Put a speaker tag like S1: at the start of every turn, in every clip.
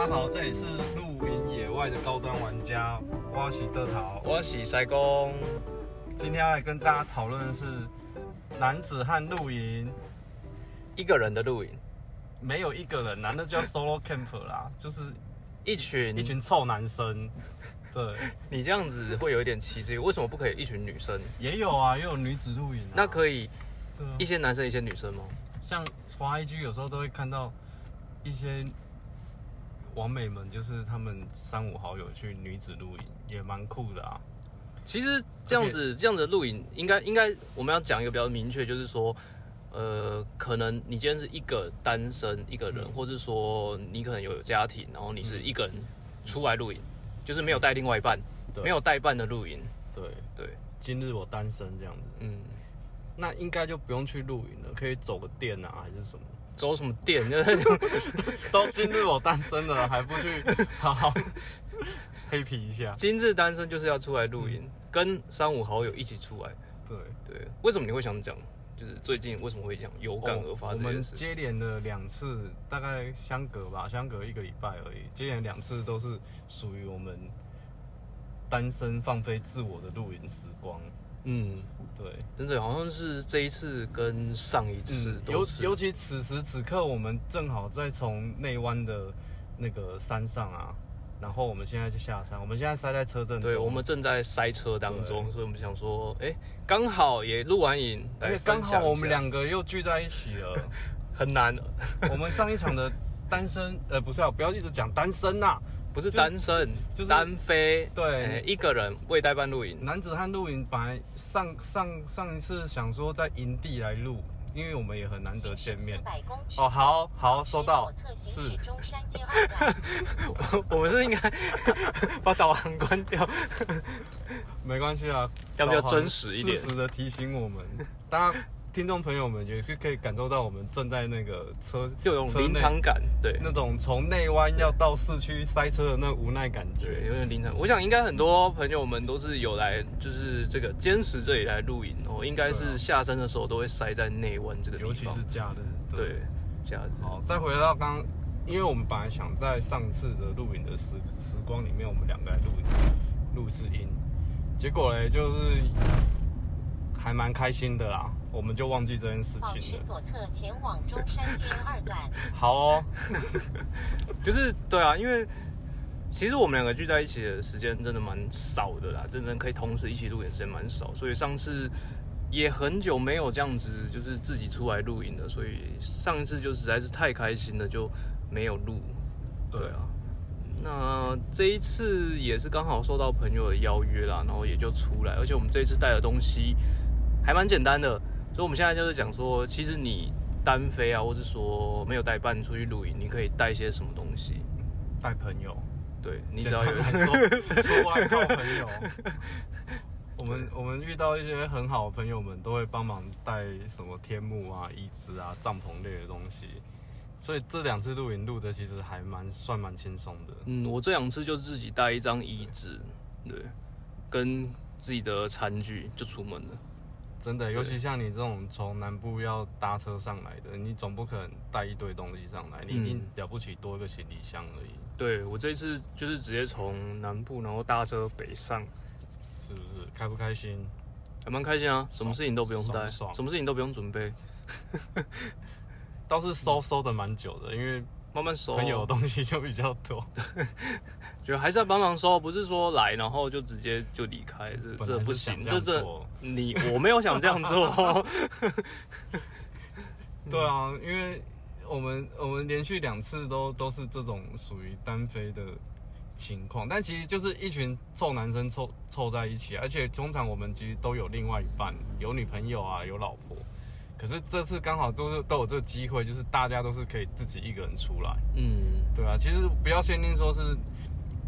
S1: 好，这里是露营野外的高端玩家，我喜德桃。
S2: 我是塞工，
S1: 今天要来跟大家讨论的是男子汉露营，
S2: 一个人的露营，
S1: 没有一个人男 的叫 solo camp 啦，就是
S2: 一群
S1: 一，群臭男生。对，
S2: 你这样子会有一点歧视，为什么不可以一群女生？
S1: 也有啊，也有女子露营、啊。
S2: 那可以
S1: 对啊
S2: 一些男生一些女生吗？
S1: 像滑 IG 有时候都会看到一些网美们，就是他们三五好友去女子露营，也蛮酷的啊。
S2: 其实这样子这样的露营，应该应该我们要讲一个比较明确，就是说，呃，可能你今天是一个单身一个人，
S1: 嗯
S2: 或是说你可能有家庭，然后你是一个人出来露营，就是没有带另外一半，
S1: 对
S2: 没有带伴的露营，
S1: 对，
S2: 对，
S1: 今日我单身这样子。
S2: 嗯，
S1: 那应该就不用去露营了，可以走个店啊，还是什么？
S2: 走什么 店？
S1: 都今日我单身了，还不去 好好黑皮一下？
S2: 今日单身就是要出来露营，跟三五好友一起出来。
S1: 对，
S2: 对，为什么你会想讲？就是最近为什么会讲有感而发
S1: 哦我
S2: 这件
S1: 们
S2: 事情？
S1: 接连的两次，大概相隔吧，相隔一个礼拜而已，接连两次都是属于我们单身放飞自我的露营时光。
S2: 嗯，
S1: 对，
S2: 真的好像是这一次跟上一次
S1: 嗯，
S2: 都
S1: 尤
S2: 是，
S1: 尤其此时此刻，我们正好在从内湾的那个山上啊，然后我们现在就下山，我们现在塞在车阵中，
S2: 对我们正在塞车当中，所以我们想说，哎、刚好也录完影，
S1: 因
S2: 来
S1: 为刚
S2: 分享
S1: 好
S2: 一下
S1: 我们两个又聚在一起 了。
S2: 很难，
S1: 我们上一场的单身，呃，不是啊，不要一直讲单身啊呐、
S2: 不是
S1: 就
S2: 单身，
S1: 就是
S2: 单飞，
S1: 对
S2: 哎一个人未带 伴露营，
S1: 男子汉露营本来上上上一次想说在营地来录，因为我们也很难得见面。哦，
S3: 哦，
S1: 好好，
S3: 收
S1: 收
S3: 到
S1: 到，，
S3: 是
S1: 是。
S3: 中山街二 段。
S2: 我们是应该把导航关掉，
S1: 没关系啊，
S2: 要不要
S1: 导航
S2: 真实一点
S1: 适时的提醒我 们，大家听众朋友们也是可以感受到我们正在那个车
S2: 就有
S1: 车
S2: 种
S1: 内
S2: 临场感，对，
S1: 那种从内湾要到市区塞车的那无奈感
S2: 对，
S1: 觉。
S2: 有点凌晨。我想应该很多朋友们都是有来，就是这个坚持这里来露营哦，应该
S1: 对
S2: 是
S1: 啊
S2: 下山的时候都会塞在内湾这个地
S1: 尤
S2: 方，
S1: 其是假日，
S2: 对这样子。
S1: 好，再回到刚刚，因为我们本来想在上次的录影的时时光里面，我们两个来录一次录一次音，结果嘞就是还蛮开心的啦，我们就忘记这件事情了。
S3: 左侧前往中山街二段。
S1: 好哦，
S2: 就是对啊，因为其实我们两个聚在一起的时间真的蛮少的啦，真正可以同时一起露营的时间蛮少，所以上次也很久没有这样子就是自己出来露营了，所以上一次就实在是太开心了，就没有录。 对啊，那这一次也是刚好受到朋友的邀约啦，然后也就出来，而且我们这一次带的东西还蛮简单的，所以我们现在就是讲说，其实你单飞啊，或是说没有带伴出去露营，你可以带一些什么东西？
S1: 带朋友，
S2: 对你只要有
S1: 简 单来说出外靠朋友。 我们我们遇到一些很好的朋友们，都会帮忙带什么天幕啊、椅子啊、帐篷类的东西，所以这两次露营录的其实还蛮算蛮轻松的。
S2: 嗯，我这两次就自己带一张椅子，对，跟自己的餐具就出门了。
S1: 真的，尤其像你这种从南部要搭车上来的，你总不可能带一堆东西上来，你一定
S2: 嗯
S1: 了不起多一个行李箱而已，
S2: 对我这次就是直接从南部，然后搭车北上，
S1: 是不是？开不开心？
S2: 还蛮开心啊，什么事情都不用带，
S1: 爽爽
S2: 什么事情都不用准备，
S1: 倒是收收的蛮久的，因为
S2: 慢慢收。
S1: 朋友的东西就比较多，
S2: 就还是要帮忙收，不是说来然后就直接就离开，这
S1: 本来
S2: 这
S1: 是
S2: 不
S1: 想
S2: 行，
S1: 这样
S2: 这
S1: 做
S2: 你我没有想这样 做，
S1: 对啊，因为我们我们连续两次都都是这种属于单飞的情况，但其实就是一群臭男生凑凑在一起，而且通常我们其实都有另外一半，有女朋友啊，有老婆。可是这次刚好就是都有这个机会，就是大家都是可以自己一个人出来，
S2: 嗯，
S1: 对啊。其实不要限定说是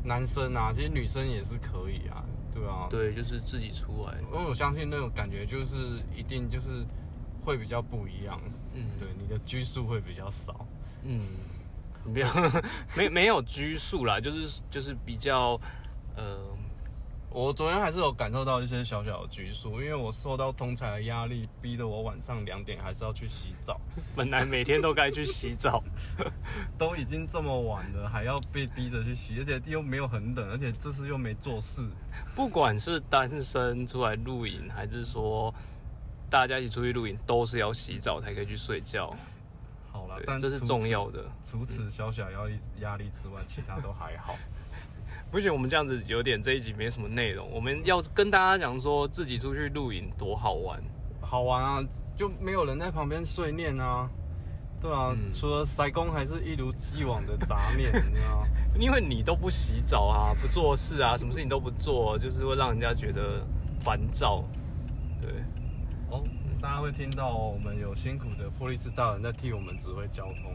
S1: 男生啊，其实女生也是可以啊，对啊。
S2: 对，就是自己出来，
S1: 因为我相信那种感觉就是一定就是会比较不一样，
S2: 嗯，
S1: 对，你的拘束会比较少。
S2: 嗯， 没有没没有拘束啦，就是就是比较呃，
S1: 我昨天还是有感受到一些小小的拘束，因为我受到通才的压力，逼得我晚上两点还是要去洗澡，
S2: 本来每天都该去 洗澡，
S1: 都已经这么晚了，还要被逼着去洗，而且又没有很冷，而且这次又没做事，
S2: 不管是单身出来露营，还是说大家一起出去露营，都是要洗澡才可以去睡觉，
S1: 好了，但
S2: 对，这是
S1: 除此
S2: 重。要的。
S1: 除此小小压力压力之外，其他都还好。
S2: 不觉得我们这样子有点这一集没什么内容？我们要是跟大家讲说自己出去露营多好玩，
S1: 好玩啊，就没有人在旁边碎念啊。对啊，
S2: 嗯
S1: 除了塞工还是一如既往的杂念，你知道 吗？
S2: 因为你都不洗澡啊，不做事啊，什么事情都不做，就是会让人家觉得烦躁。对，
S1: 哦，大家会听到、哦、我们有辛苦的波利斯大人在替我们指挥交通。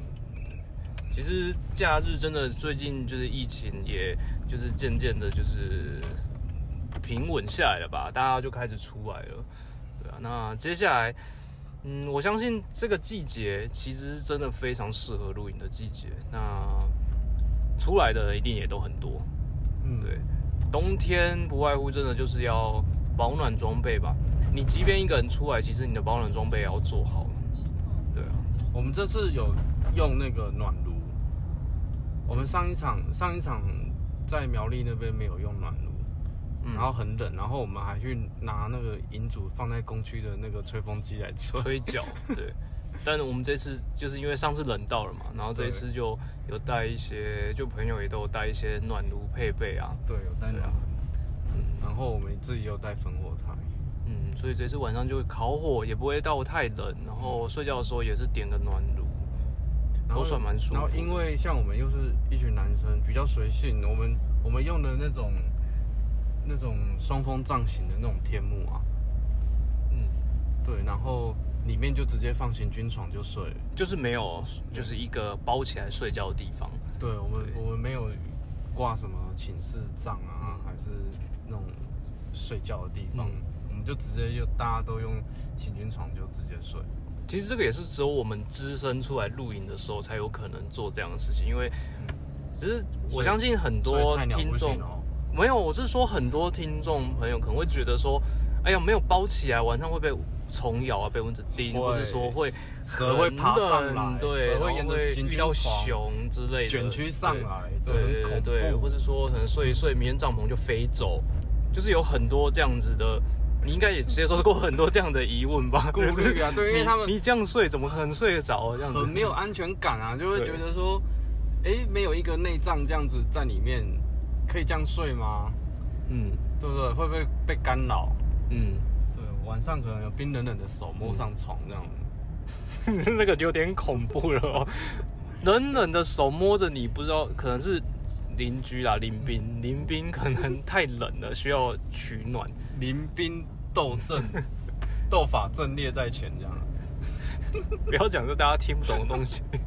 S2: 其实假日真的最近就是疫情，也就是渐渐的，就是平稳下来了吧，大家就开始出来了，对啊。那接下来，嗯，我相信这个季节其实是真的非常适合露营的季节。那出来的人一定也都很多，
S1: 嗯，
S2: 对，冬天不外乎真的就是要保暖装备吧。你即便一个人出来，其实你的保暖装备也要做好，对啊。
S1: 我们这次有用那个暖炉。我们上一场上一场在苗栗那边没有用暖炉，
S2: 嗯
S1: 然后很冷，然后我们还去拿那个银主放在工区的那个吹风机来吹。
S2: 吹脚，对。但是我们这次就是因为上次冷到了嘛，然后这一次就有带一些，就朋友也都有带一些暖炉配备啊，
S1: 对，有带
S2: 对
S1: 暖
S2: 啊
S1: 炉。然后我们自己又带烽火台。
S2: 嗯，所以这次晚上就烤火，也不会到太冷，然后睡觉的时候也是点个暖炉，
S1: 然后
S2: 都算蛮舒服的
S1: 然后因为像我们又是一群男生，比较随性，我们我们用的那种那种双峰帐型的那种天幕啊，
S2: 嗯，
S1: 对，然后里面就直接放行军床就睡了。
S2: 就是没有，哦就是一个包起来睡觉的地方，
S1: 对我们
S2: 对
S1: 我们没有挂什么寝室帐啊，
S2: 嗯
S1: 还是那种睡觉的地方，
S2: 嗯
S1: 我们就直接就大家都用行军床就直接睡。
S2: 其实这个也是只有我们只身出来露营的时候才有可能做这样的事情，因为其实我相信很
S1: 嗯所以
S2: 多
S1: 菜鸟
S2: 听
S1: 不行
S2: 众。
S1: 哦，
S2: 没有，我是说很多听众朋友可能会觉得说，哎呀，没有包起来，晚上会被虫咬啊，被蚊子叮，
S1: 会
S2: 或者说会
S1: 蛇会爬上
S2: 很冷
S1: 来，
S2: 对，
S1: 蛇
S2: 然后
S1: 会沿着行
S2: 遇
S1: 军
S2: 到
S1: 床
S2: 熊之类的
S1: 卷曲上
S2: 对
S1: 来，
S2: 对
S1: 很
S2: 对
S1: 恐
S2: 对，
S1: 怖
S2: 或。者说可能睡一睡，明天帐篷就飞走，就是有很多这样子的，你应该也接收过很多这样的疑问 吧？
S1: 顾虑啊对因为
S2: 你
S1: 他们
S2: 你这样睡怎么很睡得着啊？这样子
S1: 很没有安全感 啊，就会
S2: 对
S1: 觉得说，诶，没有一个内脏这样子在里面，可以这样睡吗？
S2: 嗯
S1: 对不对？会不会被干扰？
S2: 嗯，
S1: 对，晚上可能有冰冷冷的手摸上床这样。
S2: 那个有点恐怖了哦，冷冷的手摸着你，不知道可能是邻居啦，林兵，林兵可能太冷了，需要取暖。
S1: 临兵斗 阵，斗法阵列在前这样。
S2: 不要讲这大家听不懂的东西。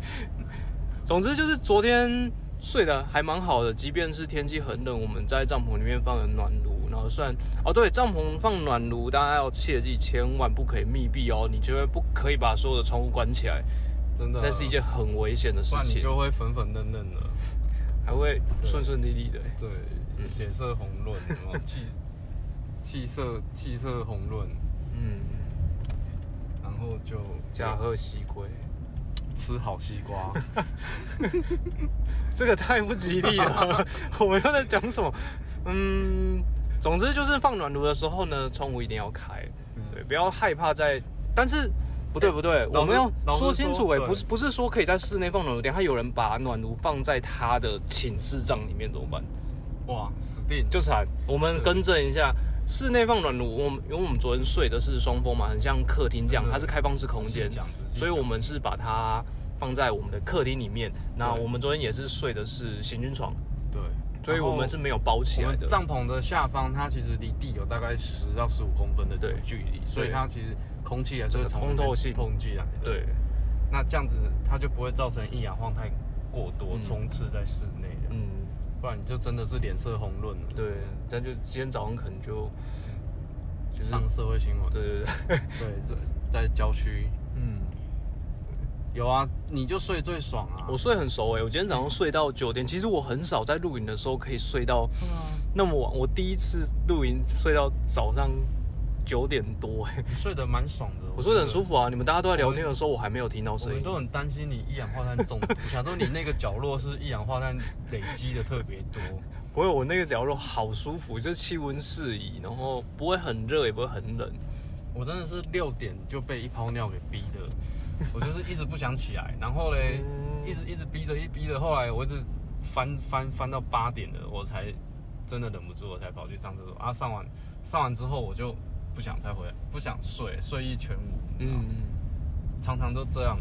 S2: 总之就是昨天睡得还蛮好的，即便是天气很冷，我们在帐篷里面放了暖炉，然后虽然哦对，帐篷放暖炉，大家要切记千万不可以密闭哦，你绝对不可以把所有的窗户关起来，
S1: 真的。
S2: 那是一件很危险的事
S1: 不然你
S2: 情，
S1: 就会粉粉嫩嫩的，
S2: 还会顺顺利利的。
S1: 对，
S2: 嗯
S1: 血色红 润，有没有气气色气色红润，
S2: 嗯，
S1: 然后就
S2: 驾鹤西归，
S1: 吃好西瓜。
S2: 这个太不吉利 了。我们又在讲什么？嗯，总之就是放暖炉的时候呢，窗户一定要开。
S1: 嗯
S2: 对，不要害怕在，但是不对不对，
S1: 哎老
S2: 我们要
S1: 老实
S2: 说清楚
S1: 说
S2: 哎、
S1: 对
S2: 不是不是说可以在室内放暖炉，等一下有人把暖炉放在他的寝室帐里面怎么办？
S1: 哇，死定！
S2: 就惨，我们
S1: 对
S2: 更正一下，室内放暖炉，我们因为我们昨天睡的是双峰嘛，很像客厅这样，
S1: 真的
S2: 它是开放式空间
S1: 仔细讲仔细，讲
S2: 所以我们是把它放在我们的客厅里面。那
S1: 对
S2: 我们昨天也是睡的是行军床，
S1: 对，
S2: 所以我们是没有包起
S1: 我
S2: 来
S1: 们
S2: 的。
S1: 帐篷的下方，它其实离地有大概十到十五公分的
S2: 对
S1: 距离，所以
S2: 对
S1: 它其实空气也是
S2: 整个
S1: 从
S2: 通
S1: 那边
S2: 透性
S1: 通进来的。
S2: 对，
S1: 那这样子它就不会造成一氧化碳过多
S2: 嗯
S1: 充斥在室内的，
S2: 嗯。
S1: 不然你就真的是脸色红润了。
S2: 对，但就今天早上可能就就是
S1: 上社会新闻。
S2: 对对对，
S1: 对，这在郊区，
S2: 嗯，
S1: 有啊，你就睡最爽啊。
S2: 我睡很熟哎、我今天早上睡到九点。其实我很少在露营的时候可以睡到
S1: 嗯
S2: 那么晚。我第一次露营睡到早上九点多哎、
S1: 睡得蛮爽的，
S2: 我睡得很
S1: 服。
S2: 舒服啊。你们大家都在聊天的时候，我还没有听到
S1: 我
S2: 声
S1: 们
S2: 音。
S1: 都很担心你一氧化碳中毒，想说你那个角落是一氧化碳累积的特别多。
S2: 不会，我那个角落好舒服，就是气温适宜，然后不会很热，也不会很冷。
S1: 我真的是六点就被一泡尿给逼 的，我就是一直不想起来，然后嘞，
S2: 嗯
S1: 一直一直逼着，一逼着，后来我一直翻翻翻到八点了，我才真的忍不住，我才跑去上厕所啊。上完上完之后，我就不想再回来，不想睡，睡意全无。嗯，
S2: 嗯，
S1: 常常都这样。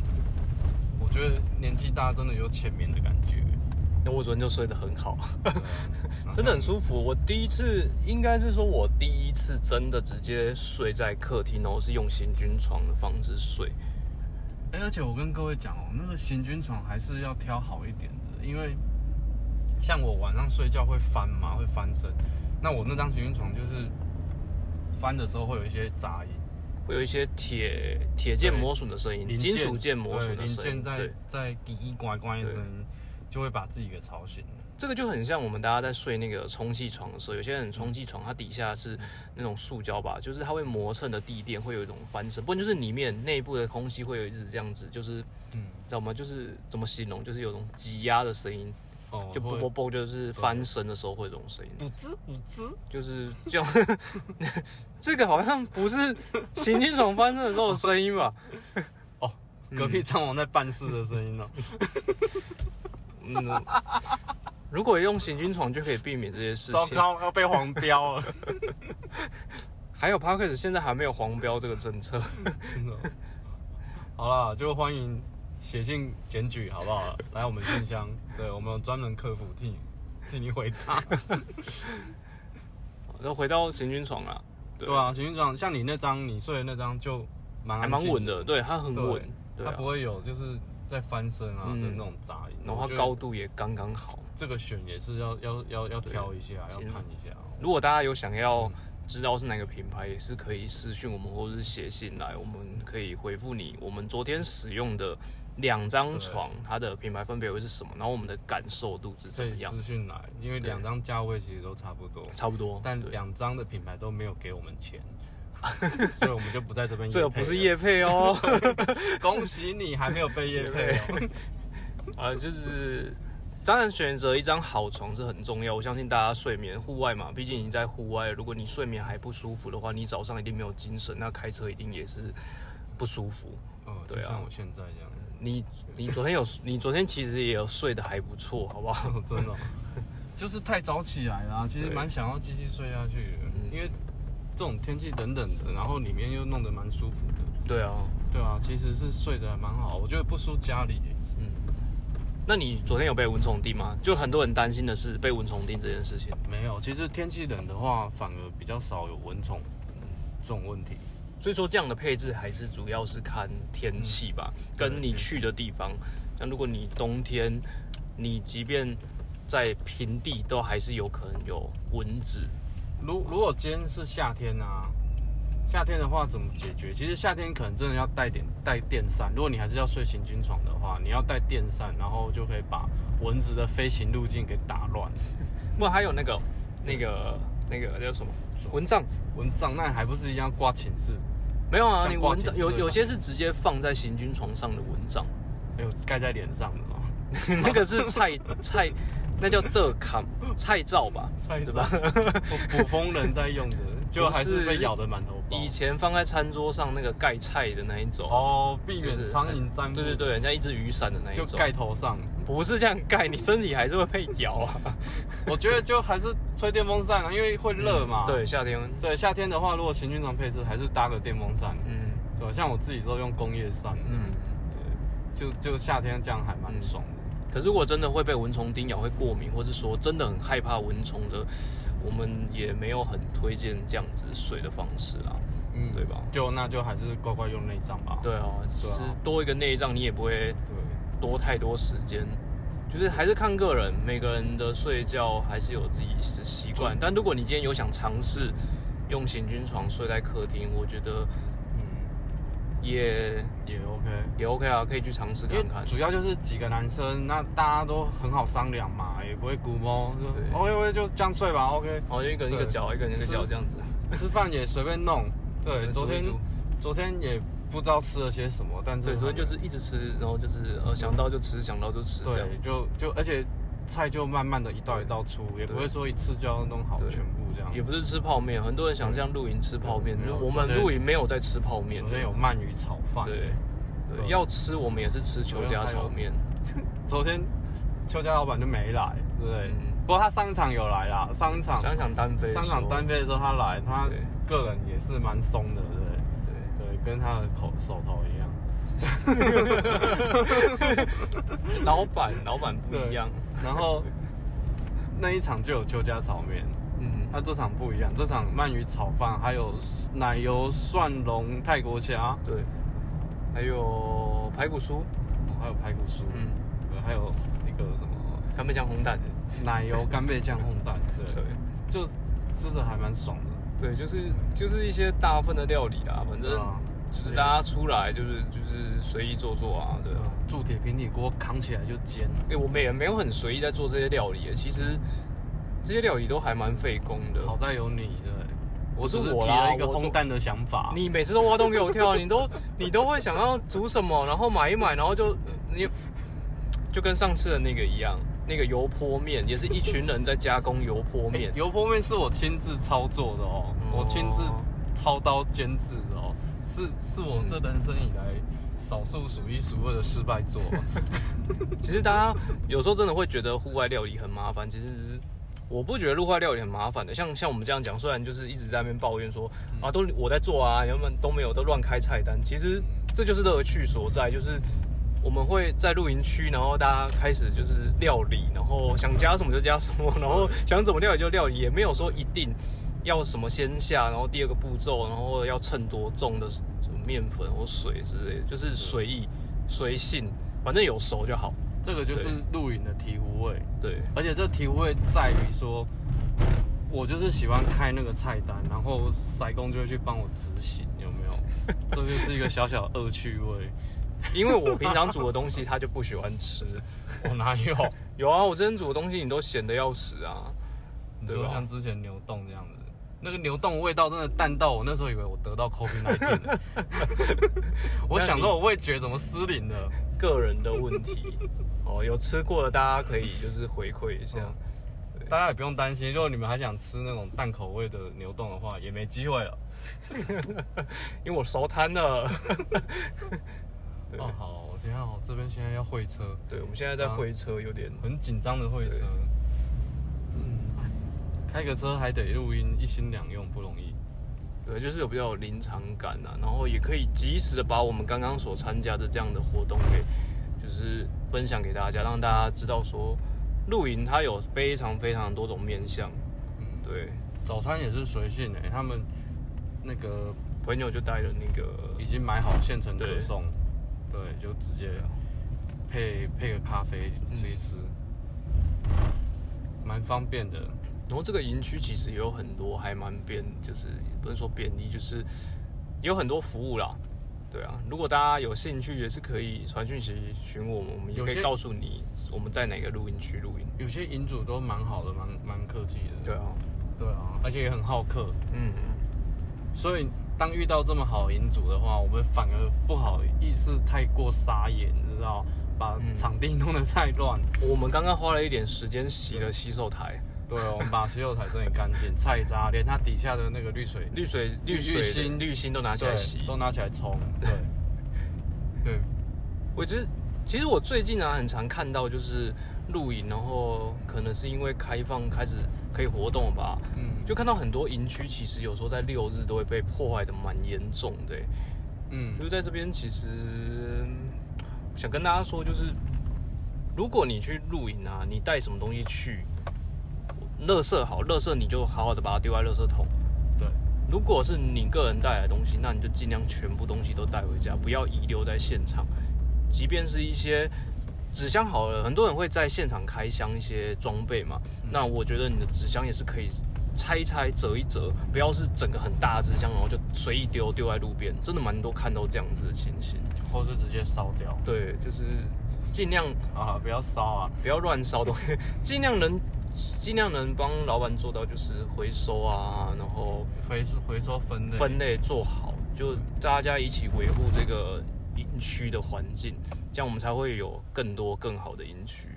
S1: 我觉得年纪大真的有浅眠的感 觉，
S2: 那我昨天就睡得很好，
S1: 对啊
S2: 真的很舒服。我第一次应该是说，我第一次真的直接睡在客厅，然后是用行军床的方式睡。
S1: 哎、而且我跟各位讲哦，那个行军床还是要挑好一点的，因为像我晚上睡觉会翻嘛，会翻身。那我那张行军床就是翻的时候会有一些杂音，
S2: 会有一些铁铁件磨损的声音，
S1: 零
S2: 嗯金
S1: 件
S2: 属件磨损
S1: 对
S2: 的
S1: 零
S2: 声音。
S1: 件在
S2: 对，
S1: 在滴滴呱呱的声音，就会把自己给吵醒。
S2: 这个就很像我们大家在睡那个充气床的时候，有些人充气床它底下是那种塑胶吧，就是它会磨蹭的地垫，会有一种翻身，不然就是里面内部的空气会有一直这样子，就是
S1: 嗯，
S2: 知道吗？就是怎么形容，就是有种挤压的声音，
S1: 哦，
S2: 就啵
S1: 会
S2: 啵啵，就是翻身的时候会有这种声音，
S1: 补滋补滋，
S2: 就是这样。 这个好像不是行军床翻身的时候的声音吧？
S1: 隔壁张王在办事的声音哦。
S2: 嗯，如果用行军床就可以避免这些事
S1: 糟
S2: 情。
S1: 糕，要被黄标了。
S2: 还有 p a r k e s 现在还没有黄标这个政策，
S1: 真的哦。好啦，就欢迎写信检举，好不好？来我们信箱，对我们有专门客服替你替你回答。
S2: 然后回到行军床啦，对
S1: 对啊，行军长，像你那张你睡的那张就蛮
S2: 还
S1: 安
S2: 蛮
S1: 静
S2: 稳，的，对，它很
S1: 对
S2: 稳，对
S1: 它
S2: 啊
S1: 不，会有就是在翻身啊的
S2: 嗯
S1: 那种杂音。
S2: 然
S1: 我
S2: 后它
S1: 觉得
S2: 高度也刚刚好。
S1: 这个选也是要要要要
S2: 对
S1: 挑一下，要
S2: 行
S1: 看一下哦。
S2: 如果大家有想要知道是哪个品牌，也是可以私讯我们或者是写信来，我们可以回复你。我们昨天使用的两张
S1: 对
S2: 床，它的品牌分别会是什么，然后我们的感受度是怎
S1: 所以
S2: 么样
S1: 私，讯来，因为
S2: 对
S1: 两张价位其实都差不多，
S2: 差不多。
S1: 但
S2: 对
S1: 两张的品牌都没有给我们 钱，所以我们就不在这边。
S2: 这个不是
S1: 业配了。
S2: 叶配哦。
S1: 恭喜你还没有被夜配、哦。
S2: 啊，就是当然选择一张好床是很重要。我相信大家睡眠户外嘛，毕竟你在户外，如果你睡眠还不舒服的话，你早上一定没有精神，那开车一定也是不舒服。
S1: 哦，就
S2: 对啊
S1: 像我现在这样，
S2: 你你昨天有你昨天其实也有睡得还不错，好不好？
S1: 哦 真的哦、就是太早起来啦、其实
S2: 对
S1: 蛮想要继续睡下去的
S2: 嗯，
S1: 因为这种天气冷冷的，然后里面又弄得蛮舒服的，
S2: 对啊，
S1: 对啊，其实是睡得还蛮好，我觉得不输家里耶、
S2: 嗯。那你昨天有被蚊虫叮吗？就很多人担心的是被蚊虫叮这件事情，
S1: 没有，其实天气冷的话，反而比较少有蚊虫这种问题。
S2: 所以说这样的配置还是主要是看天气吧，
S1: 嗯对
S2: 跟你去的地方。像如果你冬天，你即便在平地，都还是有可能有蚊子。
S1: 如如果今天是夏天啊，夏天的话怎么解决？其实夏天可能真的要带点带电扇。如果你还是要睡行军床的话，你要带电扇，然后就可以把蚊子的飞行路径给打乱。
S2: 不过还有那个、那个、那个叫什么蚊帐？
S1: 蚊帐那还不是一样挂寝室？
S2: 没有啊，
S1: 像
S2: 你
S1: 挂
S2: 蚊
S1: 寝
S2: 帐
S1: 室
S2: 有
S1: 的
S2: 有些是直接放在行军床上的蚊 帐，
S1: 没有哎盖在脸上的吗？
S2: 那个是菜菜，那叫的坎菜罩吧？
S1: 猜
S2: 对 吧？？
S1: 捕风人在用的， 就还是被咬的满头包。
S2: 以前放在餐桌上那个盖菜的那一种，
S1: 哦，避
S2: 就是哎
S1: 免苍蝇粘。
S2: 对对对，，人家一只雨伞的那一
S1: 就
S2: 种。
S1: 盖头上。
S2: 不是这样盖，你身体还是会被咬啊。
S1: 我觉得就还是吹电风扇啊，因为会热嘛。
S2: 嗯对，夏天，
S1: 对，夏天的话，如果行军床配置还是搭个电风扇，
S2: 嗯
S1: 对吧？像我自己都用工业扇，
S2: 嗯。
S1: 就就夏天这样还蛮爽的。
S2: 可是如果真的会被蚊虫叮咬，会过敏，或是说真的很害怕蚊虫的，我们也没有很推荐这样子睡的方式啊啦。
S1: 嗯
S2: 对吧
S1: 就那就还是乖乖用内脏吧。
S2: 对啊，其
S1: 对啊
S2: 实多一个内脏，你也不会
S1: 对，
S2: 多太多时间。就是还是看个人，每个人的睡觉还是有自己的习惯。但如果你今天有想尝试用行军床睡在客厅，我觉得
S1: 嗯，
S2: 也
S1: 也 OK。
S2: 也 OK 啊，可以去尝试
S1: 因为
S2: 看看。
S1: 主要就是几个男生，那大家都很好商量嘛，也不会估摸，
S2: 对
S1: 就哦 OK OK 就这样睡吧，OK，
S2: 哦，就一个人一个
S1: 对
S2: 脚，一个人一个脚
S1: 吃
S2: 这样子。
S1: 吃饭也随便弄。对，
S2: 嗯
S1: 昨天
S2: 煮一煮
S1: 昨天也不知道吃了些什么，但是
S2: 对，昨天就是一直吃，然后就是呃想到就吃，想到就吃这样。
S1: 对，就就而且菜就慢慢的一道一道出，也不会说一次就要弄好
S2: 对
S1: 全部这样。
S2: 也不是吃泡面，很多人想像露营吃泡面，
S1: 对没有
S2: 我们
S1: 昨天
S2: 露营没有在吃泡面
S1: 昨
S2: 的。
S1: 天有鳗鱼炒饭，
S2: 对，对，
S1: 对
S2: 要吃我们也是吃邱家炒面。
S1: 昨天邱家老板就没来，对不对？
S2: 嗯
S1: 不过他商场有来啦，商场
S2: 想想单飞，
S1: 商场单，飞的时候他来，他
S2: 对
S1: 个人也是蛮松的，对不对？
S2: 对，
S1: 对，跟他的口手头一样。
S2: 老板老板不一样，
S1: 然 后那一场就有邱家炒面，
S2: 嗯，
S1: 那这场不一样，这场鳗鱼炒饭还有奶油蒜蓉泰国虾，
S2: 对，还有排骨酥，
S1: 哦还有排骨酥，
S2: 嗯，
S1: 对，还有那个什么
S2: 干贝酱红蛋，
S1: 奶油干贝酱烘蛋，对
S2: 对，
S1: 就吃的还蛮爽的。
S2: 对，就是就是一些大份的料理啦，反正
S1: 对啊
S2: 就是大家出来就是就是随意做做啊，对
S1: 对
S2: 啊
S1: 啊，铸铁平底锅扛起来就煎，
S2: 哎、我们也没有很随意在做这些料理耶，其实这些料理都还蛮费工的。
S1: 好在有你，对，
S2: 我是
S1: 只
S2: 我
S1: 提
S2: 啦
S1: 了一个
S2: 我做
S1: 烘蛋的想法，
S2: 你每次都挖洞给我跳，你都 你都会想要煮什么，然后买一买，然后就你就跟上次的那个一样，那个油泼面也是一群人在加工油泼
S1: 欸
S2: 面。
S1: 油泼面是我亲自操作的哦，
S2: 哦
S1: 我亲自操刀监制的哦，是是我
S2: 嗯
S1: 这人生以来少数数一数二的失败作。
S2: 其实大家有时候真的会觉得户外料理很麻烦，其实我不觉得户外料理很麻烦的。像像我们这样讲，虽然就是一直在那边抱怨说啊，都我在做啊，人们都没有，都乱开菜单。其实这就是乐趣所在，就是我们会在露营区，然后大家开始就是料理，然后想加什么就加什么，然后想怎么料理就料理，也没有说一定要什么先下，然后第二个步骤，然后要称多重的什么面粉或水之类的，就是随意随性，反正有熟就好。
S1: 这个就是
S2: 对
S1: 露营的醍醐味，
S2: 对，
S1: 而且这醍醐味在于说，我就是喜欢开那个菜单，然后塞工就会去帮我执行，有没有？这就是一个小小恶趣味。
S2: 因为我平常煮的东西他就不喜欢吃。
S1: 我哪有？
S2: 有啊，我之前煮的东西你都咸的要死啊。
S1: 你
S2: 对
S1: 说
S2: 吧
S1: 像之前牛冻这样子，那个牛冻味道真的淡到我那时候以为我得到 COVID 19了。 我想说我味觉怎么失灵了？
S2: 个人的问题哦，有吃过的大家可以就是回馈一下。
S1: 嗯大家也不用担心，如果你们还想吃那种淡口味的牛冻的话，也没机会了。
S2: 因为我收摊了。对
S1: 哦，好，等一下我这边现在要会车，
S2: 对，我们现在在会车，有点
S1: 很紧张的会车
S2: 对。
S1: 嗯，开个车还得录音，一心两用不容易。
S2: 对，就是有比较有临场感啊，然后也可以及时的把我们刚刚所参加的这样的活动给就是分享给大家，让大家知道说露营它有非常非常多种面向。
S1: 嗯，
S2: 对，
S1: 早餐也是随性诶、欸他们那个
S2: 朋友就带了那个
S1: 已经买好现成可
S2: 对啊
S1: 送，对，就直接配配个咖啡
S2: 嗯
S1: 吃一吃，蛮、方便的。
S2: 然后这个营区其实也有很多还蛮便，就是也不能说便利，就是也有很多服务啦。对啊，如果大家有兴趣，也是可以传讯息询我们，我们也
S1: 有
S2: 可
S1: 些
S2: 以告诉你我们在哪个露营区露营。
S1: 有些营主都蛮好的，蛮蛮客气的。
S2: 对啊，
S1: 对啊，而且也很好客，
S2: 嗯，
S1: 所以当遇到这么好的营主的话，我们反而不好意思太过撒野，你知道，把
S2: 嗯
S1: 场地弄得太乱。
S2: 我们刚刚花了一点时间洗了洗手台，
S1: 对哦，我们把洗手台整理干净，菜渣连它底下的那个滤水
S2: 绿水、
S1: 绿
S2: 绿水的、
S1: 绿心
S2: 绿心都拿起来
S1: 对啊
S2: 洗。
S1: 都拿起来冲， 对，对，
S2: 我觉得，其实我最近啊，很常看到就是露营，然后可能是因为开放开始可以活动了吧，
S1: 嗯，
S2: 就看到很多营区，其实有时候在六日都会被破坏的蛮严重的欸。
S1: 嗯
S2: 就是在这边，其实嗯想跟大家说，就是如果你去露营啊，你带什么东西去，垃圾好，垃圾你就好好的把它丢在垃圾桶。
S1: 对，
S2: 如果是你个人带来的东西，那你就尽量全部东西都带回家，不要遗留在现场。即便是一些纸箱嗯好了，很多人会在现场开箱一些装备嘛，那我觉得你的纸箱也是可以拆一拆、折一折，不要是整个很大的纸箱，然后就随意丢丢在路边，真的蛮多看到这样子的情形。
S4: 或是直接烧掉
S2: 对，就是尽量
S4: 啊，不要烧啊，
S2: 不要乱烧东西， 尽量能尽量能帮老板做到就是回收啊，然后
S1: 回收回收分类
S2: 分类做好，就大家一起维护这个营区的环境，这样我们才会有更多更好的营区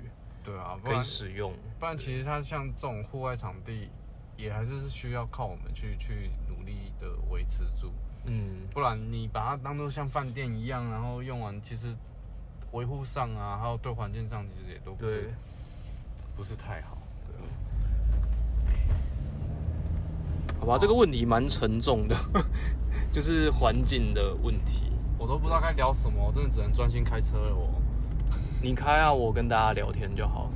S1: 对啊，不
S2: 可以
S1: 然
S2: 使用。
S1: 不然其实它像这种户外场地，也还是需要靠我们去去努力的维持住，
S2: 嗯，
S1: 不然你把它当做像饭店一样，然后用完其实维护上啊，还有对环境上其实也都不
S2: 对
S1: 是。不是太好。
S2: 好吧，这个问题蛮沉重的， 就是环境的问题。
S1: 我都不知道该聊什么，我真的只能专心开车了我。
S2: 你开啊，我跟大家聊天就好。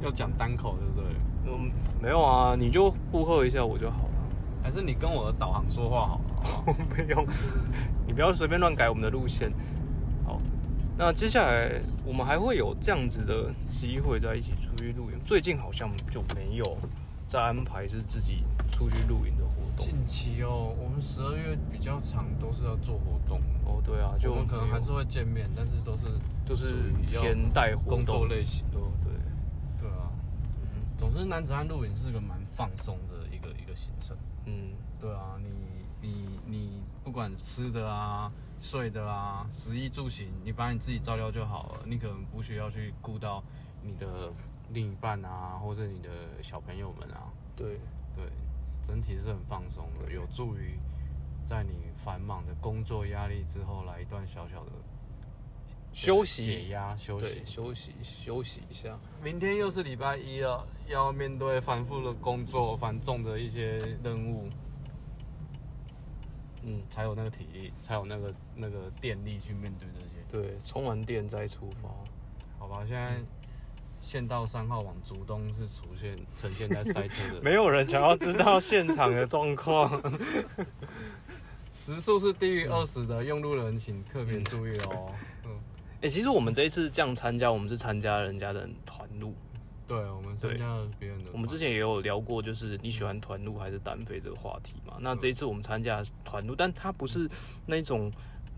S1: 要讲单口对不对？
S2: 嗯，没有啊，你就附和一下我就好了。
S1: 还是你跟我的导航说话好了？
S2: 我 不用，你不要随便乱改我们的路线。好，那接下来我们还会有这样子的机会在一起出去露营。最近好像就没有在安排是自己出去露营的活动。
S1: 近期哦，我们十二月比较长，都是要做活动，
S2: 哦，对啊，就
S1: 就我们可能
S2: 没
S1: 还
S2: 有
S1: 是会见面，但是都是
S2: 就是
S1: 属于要
S2: 偏带活
S1: 工
S2: 动
S1: 作类型。
S2: 的，对。
S1: 对啊，
S2: 嗯
S1: 总之男子汉露营是个蛮放松的一个一个行程。
S2: 嗯，
S1: 对啊，你你你不管吃的啊、睡的啊、食衣住行，你把你自己照料就好了。你可能不需要去顾到你的另一半啊，或者你的小朋友们啊。
S2: 对，
S1: 对，整体是很放松的，有助于在你繁忙的工作压力之后，来一段小小的
S2: 休息
S1: 解压休息
S2: 对，。休息休息一下。
S1: 明天又是礼拜一了，要面对繁复的工作、繁重的一些任务，
S2: 嗯，
S1: 才有那个体力，才有那个那个电力去面对这些。
S2: 对，充完电再出 发。
S1: 好吧，现在县道三号往竹东是出现呈现在塞车的，
S2: 没有人想要知道现场的状况。
S1: 时速是低于二十的，用路人请特别注意哦。嗯，
S2: 哎、其实我们这一次这样参加，我们是参加人家的团路。
S1: 对，我们参加了别人的，
S2: 我们之前也有聊过，就是你喜欢团路还是单飞这个话题嘛。那这一次我们参加的是团路，但它不是那种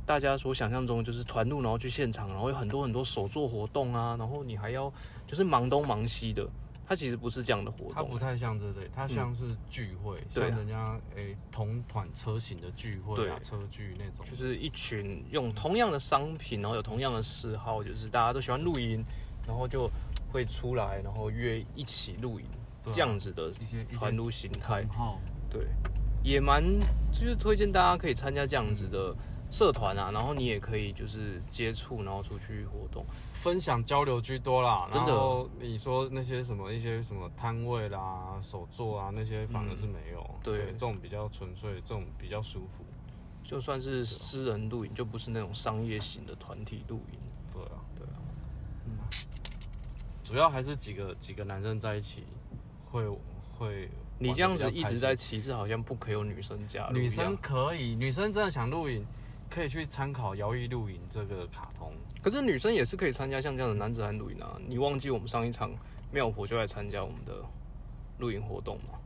S2: 大家所想象中就是团路，然后去现场，然后有很多很多手作活动啊，然后你还要就是忙东忙西的。它其实不是这样的活
S1: 它不
S2: 动，
S1: 太像这类，它像是聚会，
S2: 对啊
S1: 像人家诶、同款车型的聚会啊，
S2: 对
S1: 车聚那种。
S2: 就是一群用同样的商品，然后有同样的嗜好，就是大家都喜欢露营，然后就会出来，然后约一起露营、
S1: 对啊
S2: 这样子的
S1: 一些一
S2: 团
S1: 些
S2: 路形态
S1: 同。好，
S2: 对，也蛮就是推荐大家可以参加这样子的社团啊，然后你也可以就是接触，然后出去活动。
S1: 分享交流居多啦。
S2: 真的
S1: 然后你说那些什么一些什么摊位啦、手作啊那些，反而是没有。
S2: 嗯对
S1: 这种比较纯粹，这种比较舒服。
S2: 就算是私人露营，就不是那种商业型的团体露营。
S1: 对啊，
S2: 对啊，
S1: 嗯主要还是几个几个男生在一起会会。
S2: 你这样子一直在歧视，好像不可以有女生加入一样。
S1: 女生可以，女生真的想露营，可以去参考《摇曳露营》这个卡通。
S2: 可是女生也是可以参加像这样的男子汉露营啊！你忘记我们上一场妙婆就来参加我们的露营活动 吗？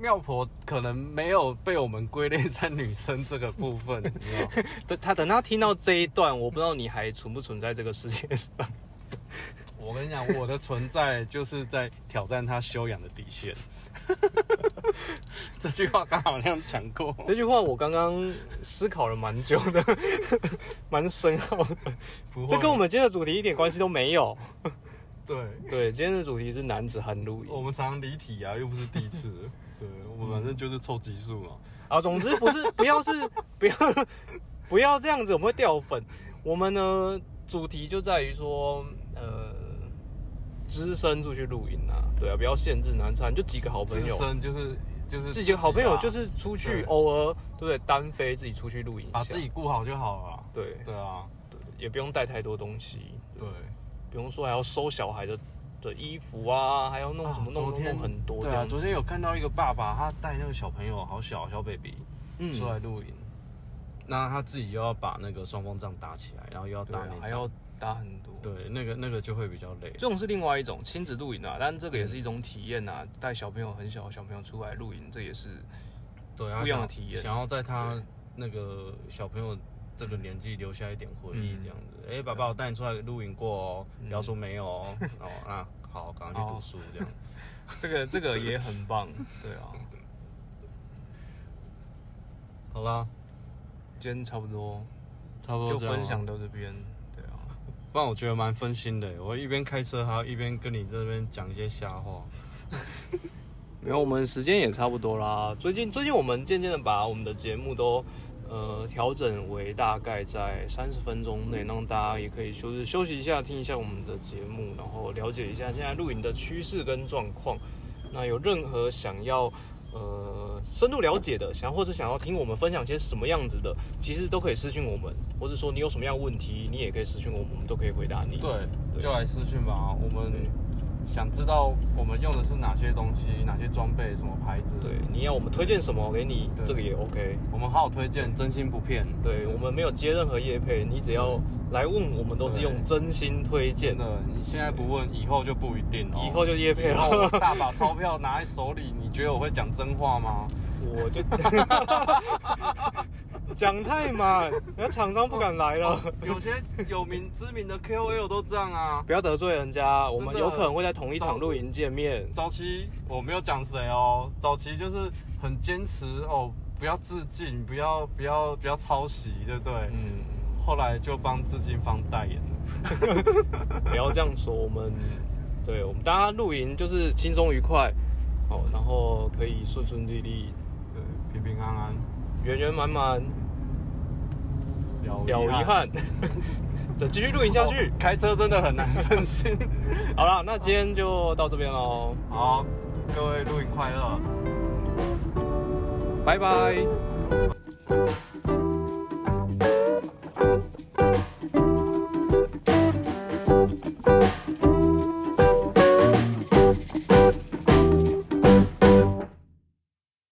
S1: 妙婆可能没有被我们归类在女生这个部分，你知道吗？
S2: 等她等她听到这一段，我不知道你还存不存在这个世界上。
S1: 我跟你讲，我的存在就是在挑战她修养的底线。这句话刚好像讲过，
S2: 这句话我刚刚思考了蛮久的， 蛮深奥的。
S1: 不会
S2: 这跟我们今天的主题一点关系都没有。
S1: 对，
S2: 对，今天的主题是男子汉露
S1: 我
S2: 营
S1: 们常常离题啊，又不是第一次了。对，我们反正就是凑集数嘛。
S2: 啊。总之不是，不要是 不要不要这样子，我们会掉粉。我们呢，主题就在于说，呃，只身出去露营啊，对啊，不要限制男子汉，就几个好朋
S1: 资
S2: 友，
S1: 深就是就是
S2: 自己的好朋友就
S1: 自己啊
S2: 是出去
S1: 对
S2: 偶尔对不对单飞自己出去露营一
S1: 啊把
S2: 下
S1: 自己顾好就好了啊。
S2: 对，
S1: 对啊，
S2: 也不用带太多东西，
S1: 对。
S2: 比如说还要收小孩的的衣服啊，还要弄什么
S1: 啊
S2: 弄
S1: 昨
S2: 弄
S1: 天
S2: 弄很多这
S1: 对啊，
S2: 样子。
S1: 昨天有看到一个爸爸，他带那个小朋友，好小小 baby
S2: 嗯
S1: 出来露营，那他自己又要把那个双方仗打起来，然后又要
S2: 对
S1: 打
S2: 啊
S1: 内，
S2: 还
S1: 仗
S2: 要，打很多。
S1: 对，那个那个就会比较累。
S2: 这种是另外一种亲子露营啊，但这个也是一种体验啊，带小朋友很小的小朋友出来露营，这也是
S1: 对，他
S2: 不一样
S1: 想
S2: 的体验
S1: 想要在他
S2: 对
S1: 那个小朋友这个年纪留下一点回忆，
S2: 嗯
S1: 这样子。哎、爸爸，我带你出来露营过哦，
S2: 嗯
S1: 不要说没有 哦。哦，那好，赶快去读书，这样。
S2: 这个这个也很棒，对啊，
S1: 好啦，
S2: 今天差不多
S1: 差不多
S2: 就
S1: 这样
S2: 分
S1: 啊
S2: 享到这边，对啊，
S1: 不然我觉得蛮分心的耶，我一边开车还要一边跟你这边讲一些瞎话。
S2: 没有，我们时间也差不多啦。最近最近我们渐渐的把我们的节目都呃调整为大概在三十分钟内，让大家也可以就是休息一下，听一下我们的节目，然后了解一下现在露营的趋势跟状况。那有任何想要呃深度了解的，想要或者想要听我们分享些什么样子的，其实都可以私讯我们，或者说你有什么样的问题，你也可以私讯我们，我们都可以回答你。
S1: 对，
S2: 对
S1: 就来私讯吧。我们想知道我们用的是哪些东西，哪些装备，什么牌子。
S2: 对，，你要我们推荐什么给你，
S1: 对
S2: 这个也 OK。
S1: 我们好好推荐，真心不骗。
S2: 对我们没有接任何业配，你只要来问，我们都是用真心推荐
S1: 真，的，你现在不问，以后就不一定哦。
S2: 以后就业配
S1: 以后我
S2: 了。
S1: 大把钞票拿在手里，你觉得我会讲真话吗？
S2: 我 就讲太满，那厂商不敢来了。
S1: 有些有名知名的 KOL 都这样啊。
S2: 不要得罪人家，我们
S1: 真的
S2: 有可能会在同一场露营见面。
S1: 早期我没有讲谁哦，早期就是很坚持哦，不要致敬，不要不要不要抄袭，对不对？
S2: 嗯，
S1: 后来就帮致敬方代言了。
S2: 不要这样说，我们对我们大家露营就是轻松愉快，哦，然后可以顺顺利利、
S1: 对，平平安安，
S2: 圆圆满满、
S1: 了
S2: 了遗憾， 对，继续露营下去。
S1: 哦开车真的很难分心。
S2: 好了，那今天就到这边喽，
S1: 好，各位露营快乐。
S2: 拜拜。